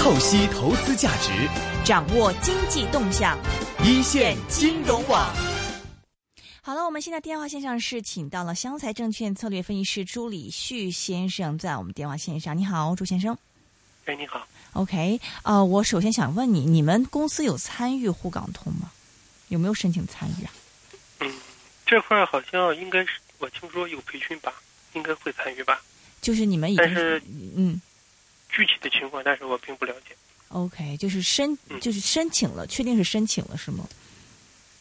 透析投资价值，掌握经济动向，一线金融网。好了，我们现在电话线上是请到了湘财证券策略分析师朱礼旭先生，在我们电话线上。你好，朱先生。哎，你好， OK，呃，我首先想问你，你们公司有参与沪港通吗？有没有申请参与啊？嗯这块儿好像应该是我听说有培训吧，应该会参与吧，就是你们已但经是嗯具体的情况，但是我并不了解。 ，OK，就是申嗯就是申请了，确定是申请了是吗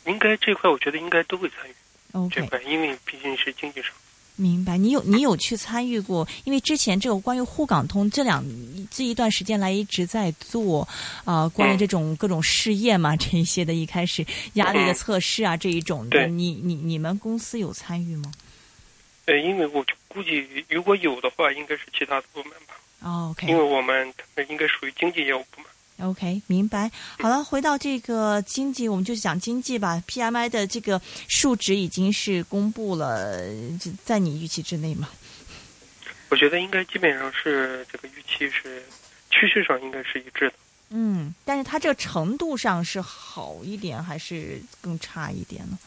应该这块，我觉得应该都会参与这？OK，块，因为毕竟是经济上。明白。你有你有去参与过？因为之前这个关于沪港通这两这一段时间来一直在做啊、呃关于嗯这种各种试验嘛 这一些的，一开始压力的嗯测试啊这一种的，对你你你们公司有参与吗？呃，因为我就估计如果有的话，应该是其他的部门吧，哦，OK，因为我们他们应该属于经济业务部门。 OK，明白。好了，回到这个经济，我们就讲经济吧。PMI 的这个数值已经是公布了，这在你预期之内吗？我觉得应该基本上是这个预期是趋势上应该是一致的。嗯，但是它这个程度上是好一点还是更差一点呢？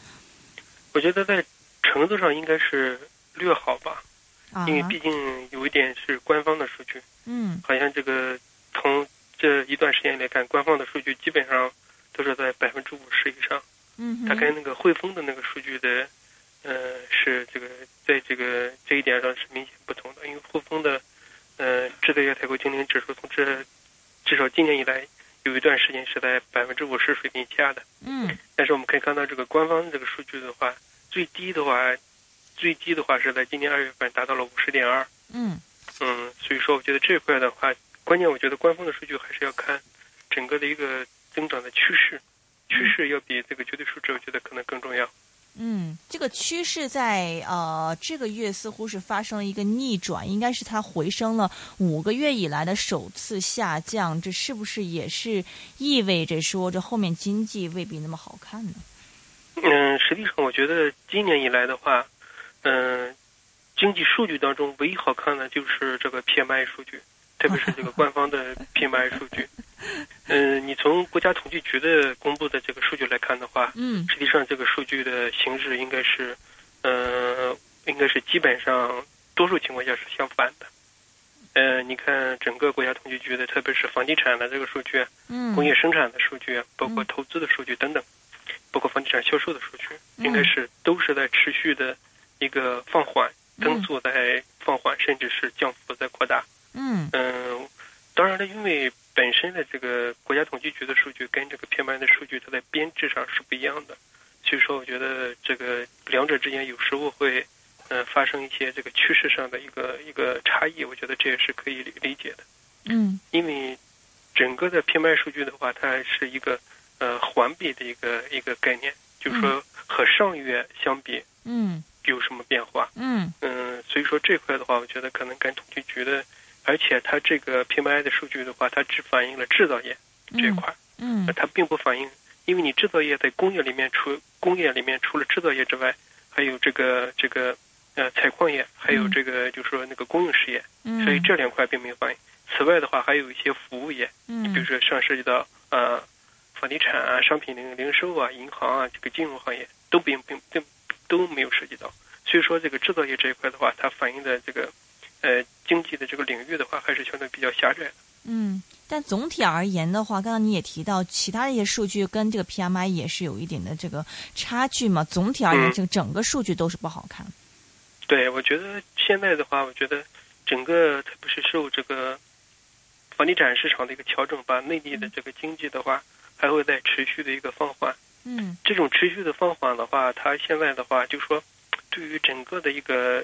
我觉得在程度上应该是略好吧，啊因为，毕竟有一点是官方的数据，嗯好像这个从这一段时间来看，官方的数据基本上都是在百分之五十以上。嗯哼，它跟那个汇丰的那个数据的，呃，是这个在这个这一点上是明显不同的，因为汇丰的，呃，制造业采购经理指数从这至少今年以来有一段时间是在百分之五十水平以下的，嗯但是我们可以看到这个官方这个数据的话，最低的话，最低的话是在今年二月份达到了五十点二，嗯嗯，所以说我觉得这块的话，关键我觉得官方的数据还是要看整个的一个增长的趋势，趋势要比这个绝对数值我觉得可能更重要。嗯，这个趋势在呃这个月似乎是发生了一个逆转，应该是它回升了五个月以来的首次下降，这是不是也是意味着说这后面经济未必那么好看呢？嗯，实际上我觉得今年以来的话，嗯、经济数据当中唯一好看的就是这个 PMI 数据，特别是这个官方的 PMI 数据。嗯、你从国家统计局的公布的这个数据来看的话，嗯实际上这个数据的形式应该是，呃，应该是基本上多数情况下是相反的。呃，你看整个国家统计局的，特别是房地产的这个数据，啊嗯，工业生产的数据，啊包括嗯投资的数据等等，包括房地产销售的数据，嗯应该是都是在持续的一个放缓，增速在放缓，甚至是降幅在扩大。嗯嗯、当然了，因为本身的这个国家统计局的数据跟这个 PMI 的数据，它在编制上是不一样的，所以说我觉得这个两者之间有时候会。呃，发生一些这个趋势上的一个一个差异，我觉得这也是可以理理解的。嗯因为整个的 PMI 数据的话，它是一个呃环比的一个一个概念，就是说和上月相比嗯有什么变化。嗯嗯、所以说这块的话，我觉得可能跟统计局的，而且它这个 PMI 的数据的话，它只反映了制造业这一块儿，嗯呃它并不反映，因为你制造业在工业里面除工业里面除了制造业之外，还有这个这个呃采矿业，还有嗯这个就是说那个公用事业，嗯，所以这两块并没有反映。此外的话，还有一些服务业，嗯比如说像涉及到呃房地产啊、商品零零售啊、银行啊这个金融行业都并并并都没有涉及到。所以说这个制造业这一块的话，它反映的这个呃经济的这个领域的话，还是相对比较狭窄的。嗯，但总体而言的话，刚刚你也提到，其他的一些数据跟这个 PMI 也是有一点的这个差距嘛。总体而言，嗯这个整个数据都是不好看。对，我觉得现在的话，我觉得整个特别是受这个房地产市场的一个调整吧，内地的这个经济的话，还会在持续的一个放缓。嗯这种持续的放缓的话，它现在的话就说，对于整个的一个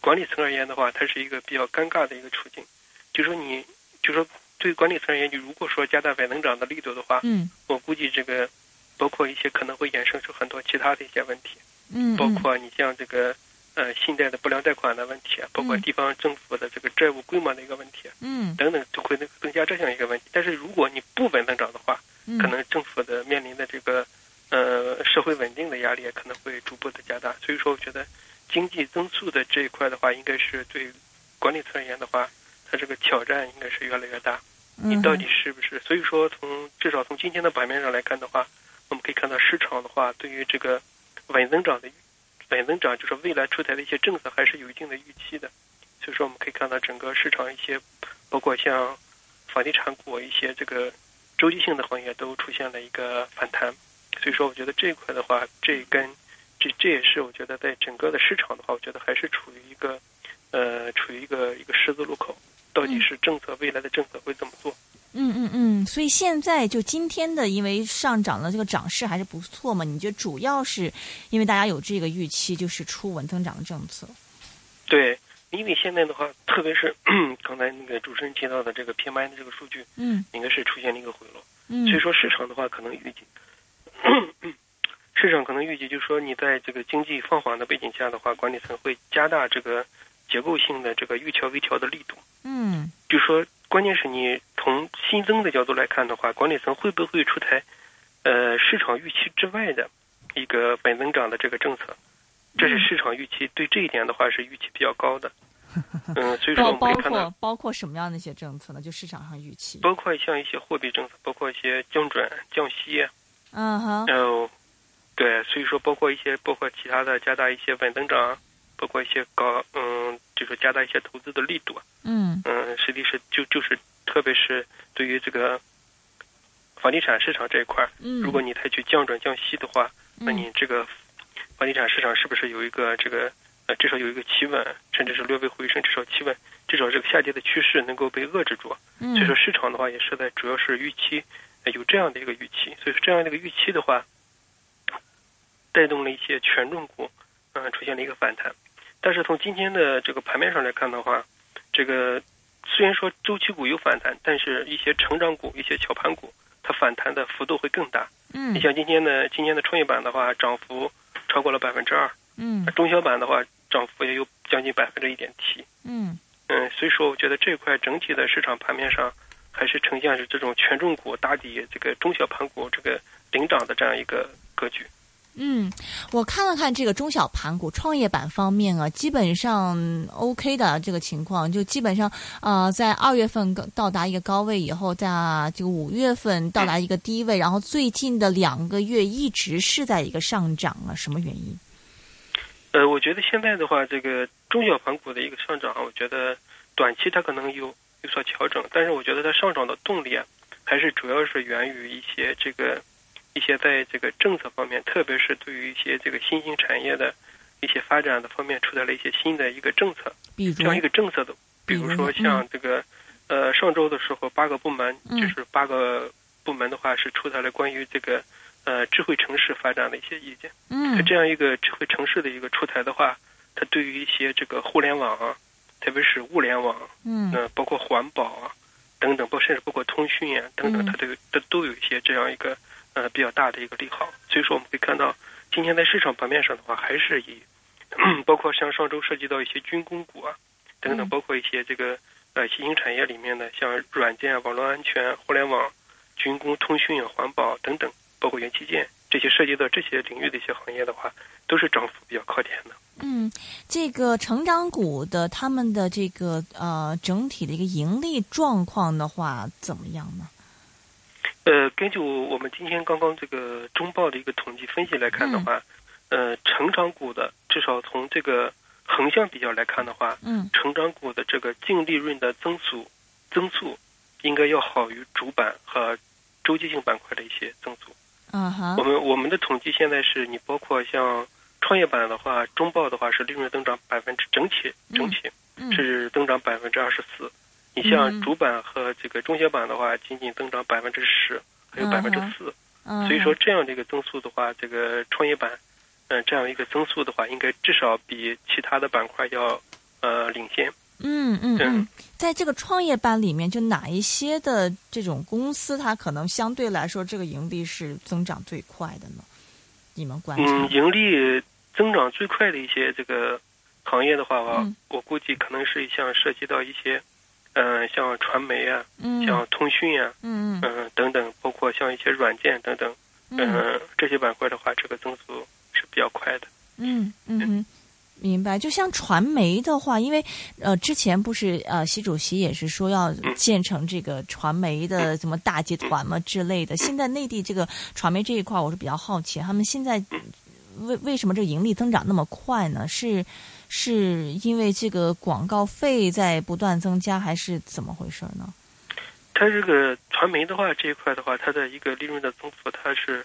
管理层而言的话，它是一个比较尴尬的一个处境。就说你，就说对于管理层而言，你如果说加大百能长的力度的话，嗯我估计这个包括一些可能会衍生出很多其他的一些问题，嗯，包括你像这个呃信贷的不良贷款的问题啊，包括嗯地方政府的这个债务规模的一个问题啊嗯等等，就会增加这样一个问题。但是如果你不稳增长的话，嗯，可能政府的面临的这个呃社会稳定的压力也可能会逐步的加大。所以说，我觉得经济增速的这一块的话，应该是对管理层而言的话，它这个挑战应该是越来越大。嗯你到底是不是？所以说从，从至少从今天的版面上来看的话，我们可以看到市场的话，对于这个稳增长的稳增长，就是未来出台的一些政策，还是有一定的预期的。所以说，我们可以看到整个市场一些，包括像房地产股一些这个周期性的行业都出现了一个反弹。所以说，我觉得这一块的话，这跟这这也是我觉得在整个的市场的话，我觉得还是处于一个呃处于一个一个十字路口。到底是政策未来的政策会怎么做？嗯嗯嗯，所以现在就今天的，因为上涨了，这个涨势还是不错嘛。你觉得主要是因为大家有这个预期，就是出稳增长的政策？对，因为现在的话，特别是 刚才那个主持人提到的这个 PMI 的这个数据，嗯，应该是出现了一个回落，嗯，所以说市场的话可能预计， 市场可能预计就是说你在这个经济放缓的背景下的话，管理层会加大这个结构性的这个预调微调的力度。嗯，就说关键是你从新增的角度来看的话，管理层会不会出台呃市场预期之外的一个本增长的这个政策？这嗯是市场预期对这一点的话是预期比较高的。嗯，所以包说我包们可以看到括，包括什么样的一些政策呢？就市场上预期。包括像一些货币政策，包括一些降准、降息，嗯哼，然后对，所以说包括一些包括其他的加大一些稳增长，啊包括一些搞嗯，就是加大一些投资的力度啊。嗯嗯，实际是就就是，特别是对于这个房地产市场这一块儿，嗯，如果你采取降准降息的话，那嗯你这个房地产市场是不是有一个这个呃至少有一个企稳，甚至是略微回升，至少企稳，至少这个下跌的趋势能够被遏制住。啊嗯所以说市场的话也是在主要是预期、呃有这样的一个预期，所以说这样的一个预期的话，带动了一些权重股，嗯、出现了一个反弹。但是从今天的这个盘面上来看的话，这个虽然说周期股有反弹，但是一些成长股、一些小盘股，它反弹的幅度会更大。嗯你像今天的今天的创业板的话，涨幅超过了百分之二，嗯中小板的话，涨幅也有将近百分之一点七。嗯嗯，所以说我觉得这块整体的市场盘面上，还是呈现是这种权重股打底，这个中小盘股这个领涨的这样一个格局。嗯，我看了看这个中小盘股创业板方面啊，基本上 OK 的这个情况，就基本上呃，在二月份高到达一个高位以后，在这个五月份到达一个低位，然后最近的两个月一直是在一个上涨啊，什么原因？呃，我觉得现在的话，这个中小盘股的一个上涨，我觉得短期它可能有有所调整，但是我觉得它上涨的动力啊，还是主要是源于一些这个一些在这个政策方面，特别是对于一些这个新兴产业的一些发展的方面，出台了一些新的一个政策。比这如样一个政策的，比如说像这个，呃，上周的时候，八个部门嗯就是八个部门的话是出台了关于这个呃智慧城市发展的一些意见。嗯这样一个智慧城市的一个出台的话，它对于一些这个互联网啊，特别是物联网，嗯呃，包括环保啊等等，包甚至包括通讯啊等等，嗯它都有它都有一些这样一个呃比较大的一个利好。所以说我们可以看到，今天在市场盘面上的话，还是以 包括像上周涉及到一些军工股啊等等，嗯包括一些这个呃新兴产业里面的像软件啊、网络安全啊、互联网、军工、通讯啊、环保等等，包括元器件这些涉及到这些领域的一些行业的话，都是涨幅比较靠前的。嗯，这个成长股的他们的这个呃整体的一个盈利状况的话怎么样呢？呃，根据我们今天刚刚这个中报的一个统计分析来看的嗯话，呃，成长股的至少从这个横向比较来看的话，嗯成长股的这个净利润的增速增速应该要好于主板和周期性板块的一些增速。啊哈我们我们的统计现在是你包括像创业板的话，中报的话是利润增长百分之整体整体嗯是增长百分之二十四。你嗯像主板和这个中小板的话，仅仅增长百分之十，还有嗯百分之哼四。嗯所以说这样的一个增速的话，这个创业板，嗯、这样一个增速的话，应该至少比其他的板块要呃领先。嗯嗯嗯嗯，在这个创业板里面，就哪一些的这种公司，它可能相对来说这个盈利是增长最快的呢？你们观察？嗯，盈利增长最快的一些这个行业的话吧，嗯我估计可能是像涉及到一些，嗯、像传媒啊，嗯像通讯啊，嗯嗯嗯、等等，包括像一些软件等等，嗯、嗯这些板块的话，这个增速是比较快的。嗯嗯嗯，明白，就像传媒的话，因为呃，之前不是呃，习主席也是说要建成这个传媒的什么大集团嘛之类的。现在内地这个传媒这一块，我是比较好奇，他们现在为为什么这个盈利增长那么快呢？是是因为这个广告费在不断增加，还是怎么回事呢？它这个传媒的话这一块的话，它的一个利润的增幅，它是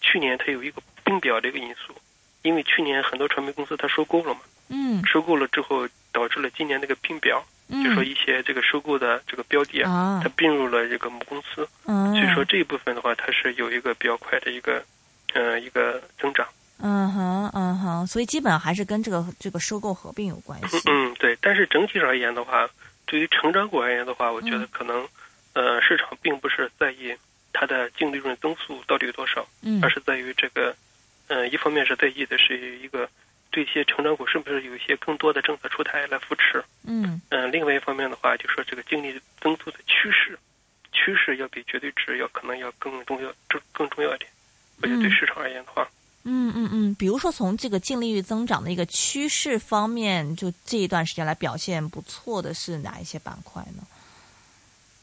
去年它有一个并表的一个因素，因为去年很多传媒公司它收购了嘛，嗯收购了之后导致了今年那个并表，就说嗯一些这个收购的这个标的啊，啊它并入了这个母公司，嗯，所以说这一部分的话，它是有一个比较快的一个呃一个增长。嗯哼嗯哼，所以基本上还是跟这个这个收购合并有关系。嗯，对。但是整体上而言的话，对于成长股而言的话，我觉嗯得可能，呃，市场并不是在意它的净利润增速到底有多少，嗯而是在于这个，呃，一方面是在意的是一个对一些成长股是不是有一些更多的政策出台来扶持，嗯嗯、另外一方面的话，就说这个净利增速的趋势，趋势要比绝对值要可能要更重要，更更重要一点。我觉得对嗯市场而言的话，嗯嗯嗯，比如说从这个净利率增长的一个趋势方面，就这一段时间来表现不错的是哪一些板块呢？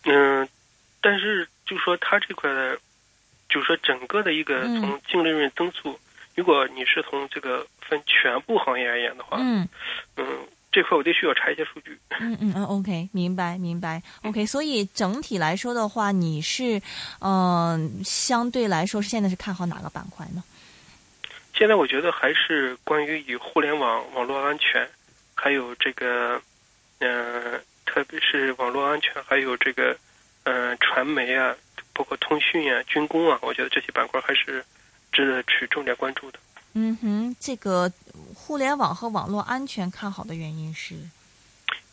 嗯，但是就说它这块的，就是说整个的一个嗯从净利润增速，如果你是从这个分全部行业而言的话，嗯嗯这块我得需要查一些数据。嗯嗯嗯，OK，明白明白，OK。所以整体来说的话，你是嗯、相对来说是现在是看好哪个板块呢？现在我觉得还是关于以互联网、网络安全，还有这个，嗯、特别是网络安全，还有这个，嗯、传媒啊，包括通讯啊、军工啊，我觉得这些板块还是值得去重点关注的。嗯哼，这个互联网和网络安全看好的原因是，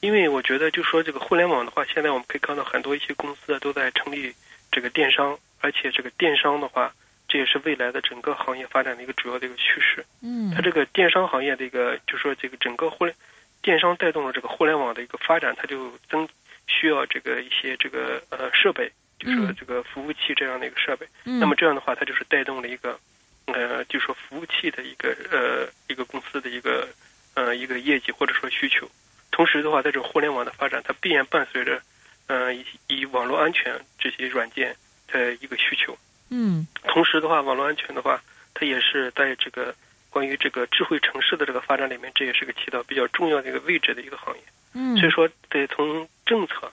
因为我觉得，就说这个互联网的话，现在我们可以看到很多一些公司啊都在成立这个电商，而且这个电商的话，这也是未来的整个行业发展的一个主要的一个趋势。嗯它这个电商行业的一个，就说这个整个互联电商带动了这个互联网的一个发展，它就增需要这个一些这个呃设备，就是说嗯这个服务器这样的一个设备。嗯那么这样的话，它就是带动了一个，呃，就说服务器的一个呃一个公司的一个呃一个业绩或者说需求。同时的话，在这种互联网的发展，它必然伴随着，呃，以以网络安全这些软件的一个需求。嗯同时的话，网络安全的话，它也是在这个关于这个智慧城市的这个发展里面，这也是个起到比较重要的一个位置的一个行业。嗯，所以说，得从政策，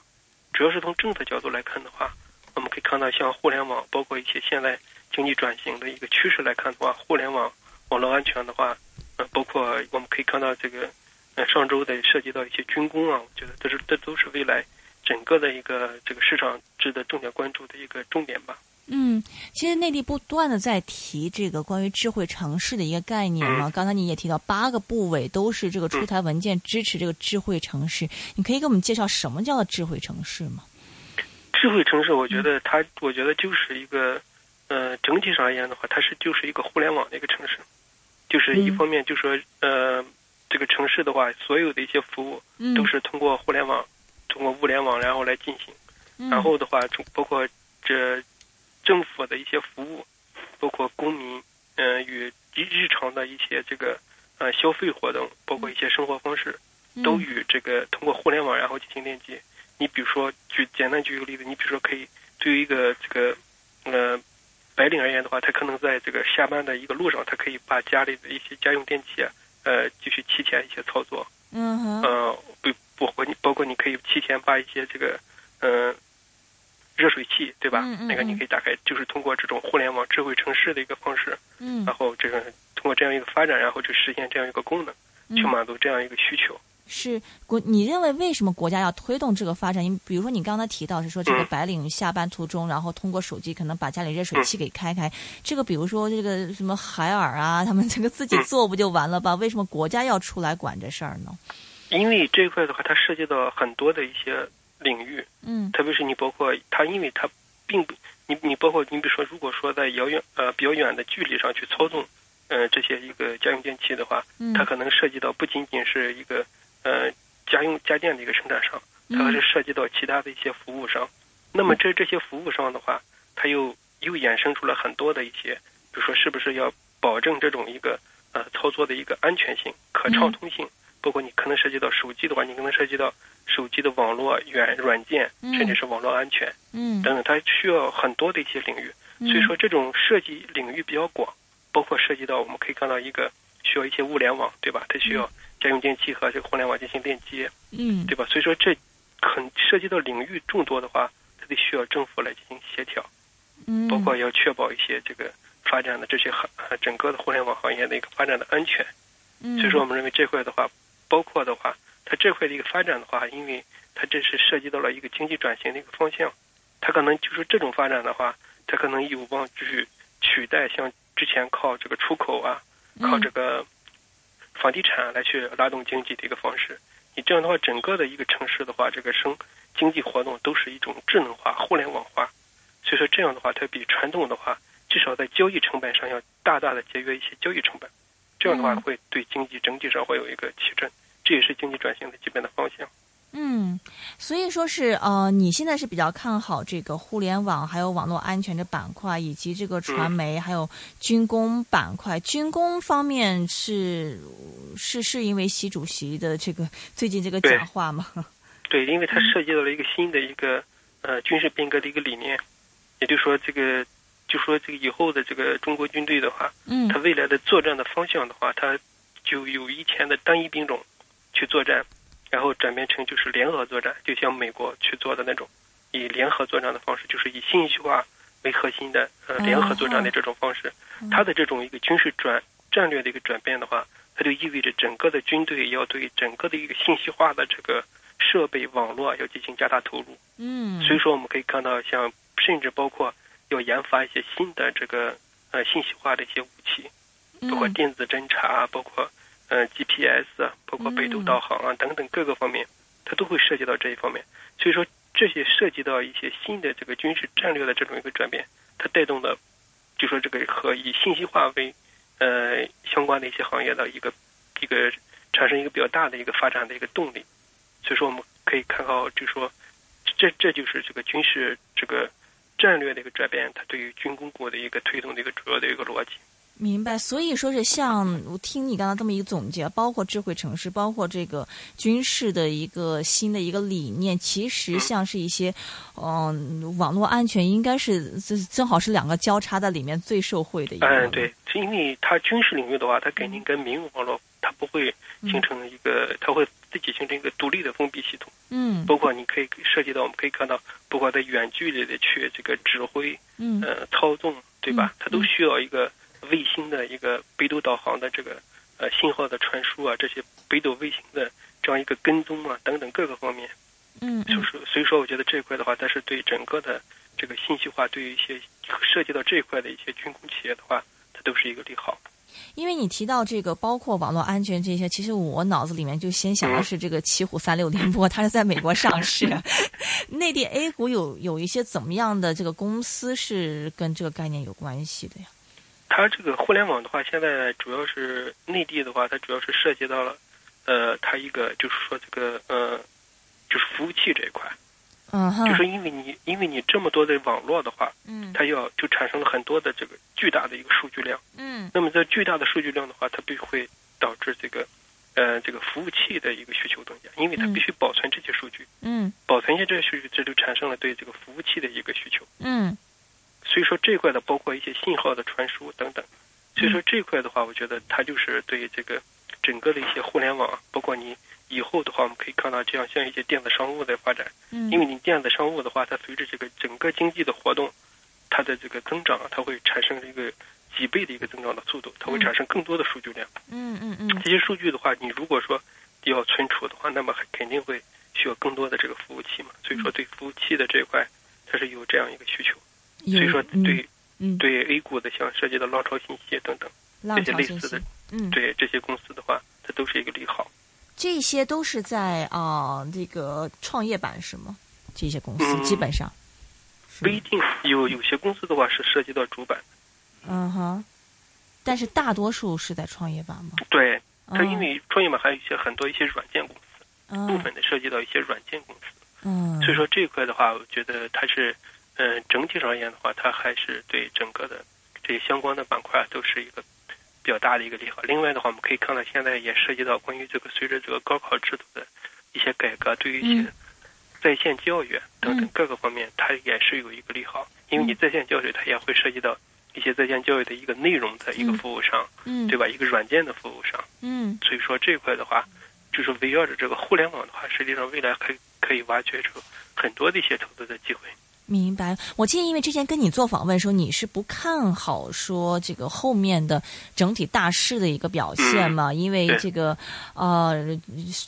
主要是从政策角度来看的话，我们可以看到，像互联网，包括一些现在经济转型的一个趋势来看的话，互联网、网络安全的话，呃，包括我们可以看到这个，呃，上周的涉及到一些军工啊，我觉得这是这都是未来整个的一个这个市场值得重点关注的一个重点吧。嗯，其实内地不断的在提这个关于智慧城市的一个概念嗯嘛。刚才你也提到，八个部委都是这个出台文件支持这个智慧城市。你可以给我们介绍什么叫做智慧城市吗？智慧城市，我嗯觉得它，我觉得就是一个，呃，整体上而言的话，它是就是一个互联网的一个城市，就是一嗯方面就说，呃，这个城市的话，所有的一些服务嗯都是通过互联网，通过物联网然后来进行，嗯然后的话，从包括这政府的一些服务，包括公民，呃，与日常的一些这个呃消费活动，包嗯括一些生活方式，都与这个通过互联网然后进行链接。你比如说，举简单举一个例子，你比如说可以对于一个这个呃白领而言的话，他可能在这个下班的一个路上，他可以把家里的一些家用电器啊，呃，就是提前一些操作，嗯哼呃，不包括你包括你可以提前把一些这个呃热水器对吧？嗯嗯那个你嗯可以打开，就是通过这种互联网智慧城市的一个方式，嗯然后这个通过这样一个发展，然后去实现这样一个功能，去嗯满足这样一个需求。是国，你认为为什么国家要推动这个发展？你比如说，你刚才提到是说这个嗯白领下班途中，然后通过手机可能把家里热水器给开开，这个比如说这个什么海尔啊，他们这个自己嗯做不就完了吧？为什么国家要出来管这事儿呢？因为这一块的话，它涉及到很多的一些领域，嗯特别是你包括它，因为它并不，你你包括你比如说，如果说在遥远呃比较远的距离上去操纵，呃这些一个家用电器的话，嗯它可能涉及到不仅仅是一个呃家用家电的一个生产商，它嗯还是涉及到其他的一些服务商。那么这这些服务商的话，它又又衍生出了很多的一些，比如说是不是要保证这种一个呃操作的一个安全性、可嗯畅通性，包括你可能涉及到手机的话，你可能涉及到手机的网络软软件，嗯甚至是网络安全嗯等等，它需要很多的一些领域。嗯所以说，这种设计领域比较广，包括涉及到我们可以看到一个需要一些物联网，对吧？它需要家用电器和这个互联网进行链接，嗯对吧？所以说，这很涉及到领域众多的话，它得需要政府来进行协调。嗯，包括要确保一些这个发展的这些行呃整个的互联网行业的一个发展的安全。嗯，所以说，我们认为这块的话，包括的话，它这块的一个发展的话，因为它这是涉及到了一个经济转型的一个方向，它可能就是这种发展的话，它可能有望就是取代像之前靠这个出口啊，嗯靠这个房地产来去拉动经济的一个方式。你这样的话，整个的一个城市的话，这个生经济活动都是一种智能化、互联网化，所以说这样的话，它比传统的话，至少在交易成本上要大大的节约一些交易成本。这样的话，嗯会对经济整体上会有一个提振，这也是经济转型的基本的方向。嗯，所以说是呃，你现在是比较看好这个互联网还有网络安全的板块，以及这个嗯传媒还有军工板块。军工方面是是是因为习主席的这个最近这个对讲话吗？ 对，因为它涉及到了一个新的一个呃军事变革的一个理念，也就是说，这个就说这个以后的这个中国军队的话，嗯它未来的作战的方向的话，它就有以前的单一兵种去作战，然后转变成就是联合作战，就像美国去做的那种，以联合作战的方式，就是以信息化为核心的呃哦联合作战的这种方式。嗯它的这种一个军事转战略的一个转变的话，它就意味着整个的军队要对整个的一个信息化的这个设备网络要进行加大投入。嗯，所以说我们可以看到，像甚至包括要研发一些新的这个呃信息化的一些武器，包括嗯电子侦察，包括呃 GPS 啊，包括北斗导航啊等等各个方面，它都会涉及到这一方面。所以说这些涉及到一些新的这个军事战略的这种一个转变，它带动的就说这个和以信息化为呃相关的一些行业的一个一个产生一个比较大的一个发展的一个动力。所以说我们可以看到，就说这这就是这个军事这个战略的一个转变，它对于军工股的一个推动的一个主要的一个逻辑。明白，所以说是像我听你刚才这么一个总结，包括智慧城市，包括这个军事的一个新的一个理念，其实像是一些，嗯、网络安全应该是这正好是两个交叉在里面最受惠的一个。嗯，对，是因为它军事领域的话，它肯定跟民用网络它不会形成一个，它会自己形成一个独立的封闭系统。嗯，包括你可以涉及到，我们可以看到，包括在远距离的去这个指挥、嗯呃操纵，对吧嗯？它都需要一个卫星的一个北斗导航的这个呃信号的传输啊，这些北斗卫星的这样一个跟踪啊等等各个方面。嗯就嗯是所以说，我觉得这一块的话，它是对整个的这个信息化，对于一些涉及到这一块的一些军工企业的话，它都是一个利好。因为你提到这个，包括网络安全这些，其实我脑子里面就先嗯想的是这个奇虎三六零，不过它是在美国上市， 内地 A 股有有一些怎么样的这个公司是跟这个概念有关系的呀？它这个互联网的话，现在主要是内地的话，它主要是涉及到了，呃，它一个就是说这个呃，就是服务器这一块，嗯哼，就是因为你因为你这么多的网络的话，嗯它要就产生了很多的这个巨大的一个数据量。嗯那么这巨大的数据量的话，它必须会导致这个，呃，这个服务器的一个需求增加，因为它嗯必须保存这些数据。嗯保存一下这个需求，这就产生了对这个服务器的一个需求。嗯所以说这一块的包括一些信号的传输等等。所以说这一块的话，我觉得它就是对这个整个的一些互联网，啊包括你以后的话，我们可以看到这样像一些电子商务的发展，嗯，因为你电子商务的话，它随着这个整个经济的活动，它的这个增长，啊它会产生一个几倍的一个增长的速度，它会产生更多的数据量。嗯嗯嗯这些数据的话，你如果说要存储的话，那么还肯定会需要更多的这个服务器嘛。所嗯以说，对服务器的这一块，它是有这样一个需求。有所以说嗯对，嗯对 A 股的像涉及到浪潮信息等等，浪这潮些类信似息的，嗯，对这些公司的话，它都是一个利好。这些都是在啊、这个创业板是吗？这些公司、嗯基本上是不一定有有些公司的话是涉及到主板，嗯哼，但是大多数是在创业板吗？对它嗯因为创业板还有一些很多一些软件公司，部嗯分的涉及到一些软件公司。嗯，所以说这一块的话，我觉得它是，啊呃，整体上而言的话，它还是对整个的这些相关的板块都是一个比较大的一个利好。另外的话，我们可以看到现在也涉及到关于这个随着这个高考制度的一些改革，对于一些嗯在线教育啊等等嗯各个方面，它也是有一个利好，因为你在线教育它也会涉及到一些在线教育的一个内容的一个嗯服务商，嗯，对吧？吧？一个软件的服务商。嗯所以说这一块的话，就是围绕着这个互联网的话，实际上未来可以可以挖掘出很多的一些投资的机会。明白。我记得，因为之前跟你做访问的时候，你是不看好说这个后面的整体大势的一个表现嘛？因为嗯对这个呃，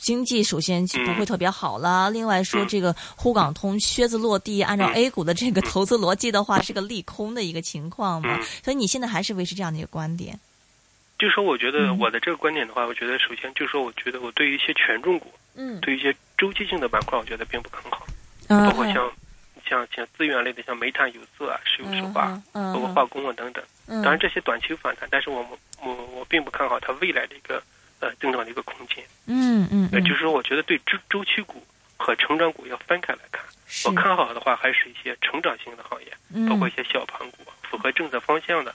经济首先就不会特别好啦。另外说嗯这个沪港通靴子落地，按照 A 股的这个投资逻辑的话，是个利空的一个情况嘛嗯。所以你现在还是维持这样的一个观点。就说我觉得嗯我的这个观点的话，我觉得首先就说我觉得我对于一些权重股，嗯对于一些周期性的板块，我觉得并不看好，嗯包括像像像资源类的，像煤炭、有色啊、石油、石化，包括嗯化工啊等等。嗯，当然这些短期反弹，但是我们我我并不看好它未来的一个呃增长的一个空间。嗯嗯，呃，就是说我觉得对周周期股和成长股要分开来看。是嗯我看好的话，还是一些成长型的行业，包括一些小盘股，符合政策方向的，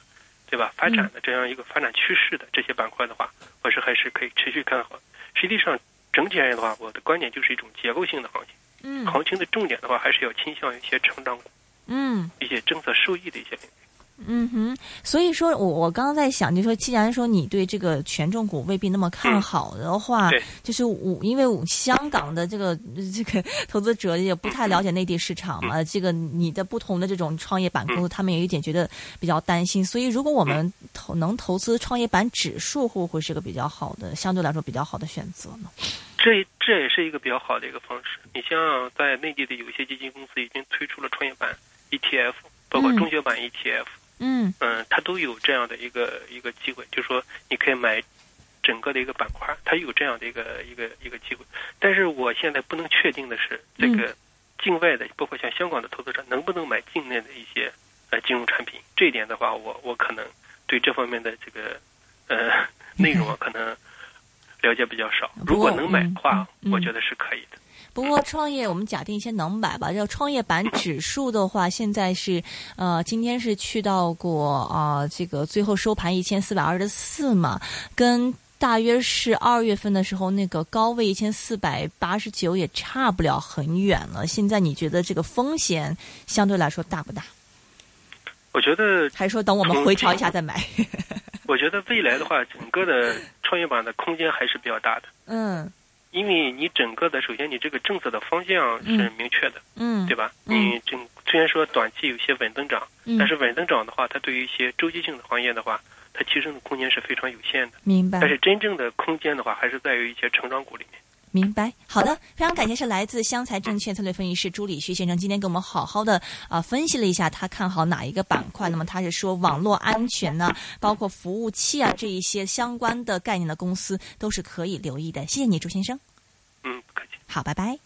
对嗯吧？发展的这样一个发展趋势的这些板块的话，我是还是可以持续看好。实际上，整体而言的话，我的观点就是一种结构性的行情，嗯行情的重点的话，还是要倾向于一些成长股、嗯。嗯一些政策受益的一些领域。嗯哼，所以说我我刚刚在想，就说既然说你对这个权重股未必那么看好的话，嗯对就是我因为我香港的这个这个投资者也不太了解内地市场嘛，嗯这个你的不同的这种创业板公司，他们有一点觉得比较担心，所以如果我嗯们投能投资创业板指数，会不会是个比较好的，相对来说比较好的选择呢？这这也是一个比较好的一个方式。你像在内地的有一些基金公司已经推出了创业板 ETF，包括嗯中小板 E ETF，、嗯嗯，它都有这样的一个一个机会，就是说你可以买整个的一个板块，它有这样的一个一个一个机会。但是我现在不能确定的是，这嗯个境外的，包括像香港的投资者，能不能买境内的一些呃金融产品？这一点的话，我我可能对这方面的这个呃内 容啊，可能了解比较少。不如果过能买的话，嗯嗯我觉得是可以的。不过创业，我们假定先能百吧。要创业板指数的话，现在是呃，今天是去到过啊、这个最后收盘一千四百二十四嘛，跟大约是二月份的时候那个高位一千四百八十九也差不了很远了。现在你觉得这个风险相对来说大不大？我觉得还是说等我们回调一下再买？我觉得未来的话，整个的创业板的空间还是比较大的。嗯因为你整个的，首先你这个政策的方向是明确的，嗯，对吧？嗯你整虽然说短期有些稳增长，嗯但是稳增长的话，它对于一些周期性的行业的话，它提升的空间是非常有限的。明白但。是真正的空间的话，还是在于一些成长股里面。明白，好的，非常感谢是来自湘财证券策略分析师朱礼旭先生，今天给我们好好的啊、分析了一下他看好哪一个板块，那么他是说网络安全呢、包括服务器啊这一些相关的概念的公司都是可以留意的。谢谢你，朱先生，嗯，不客气。嗯好，拜拜。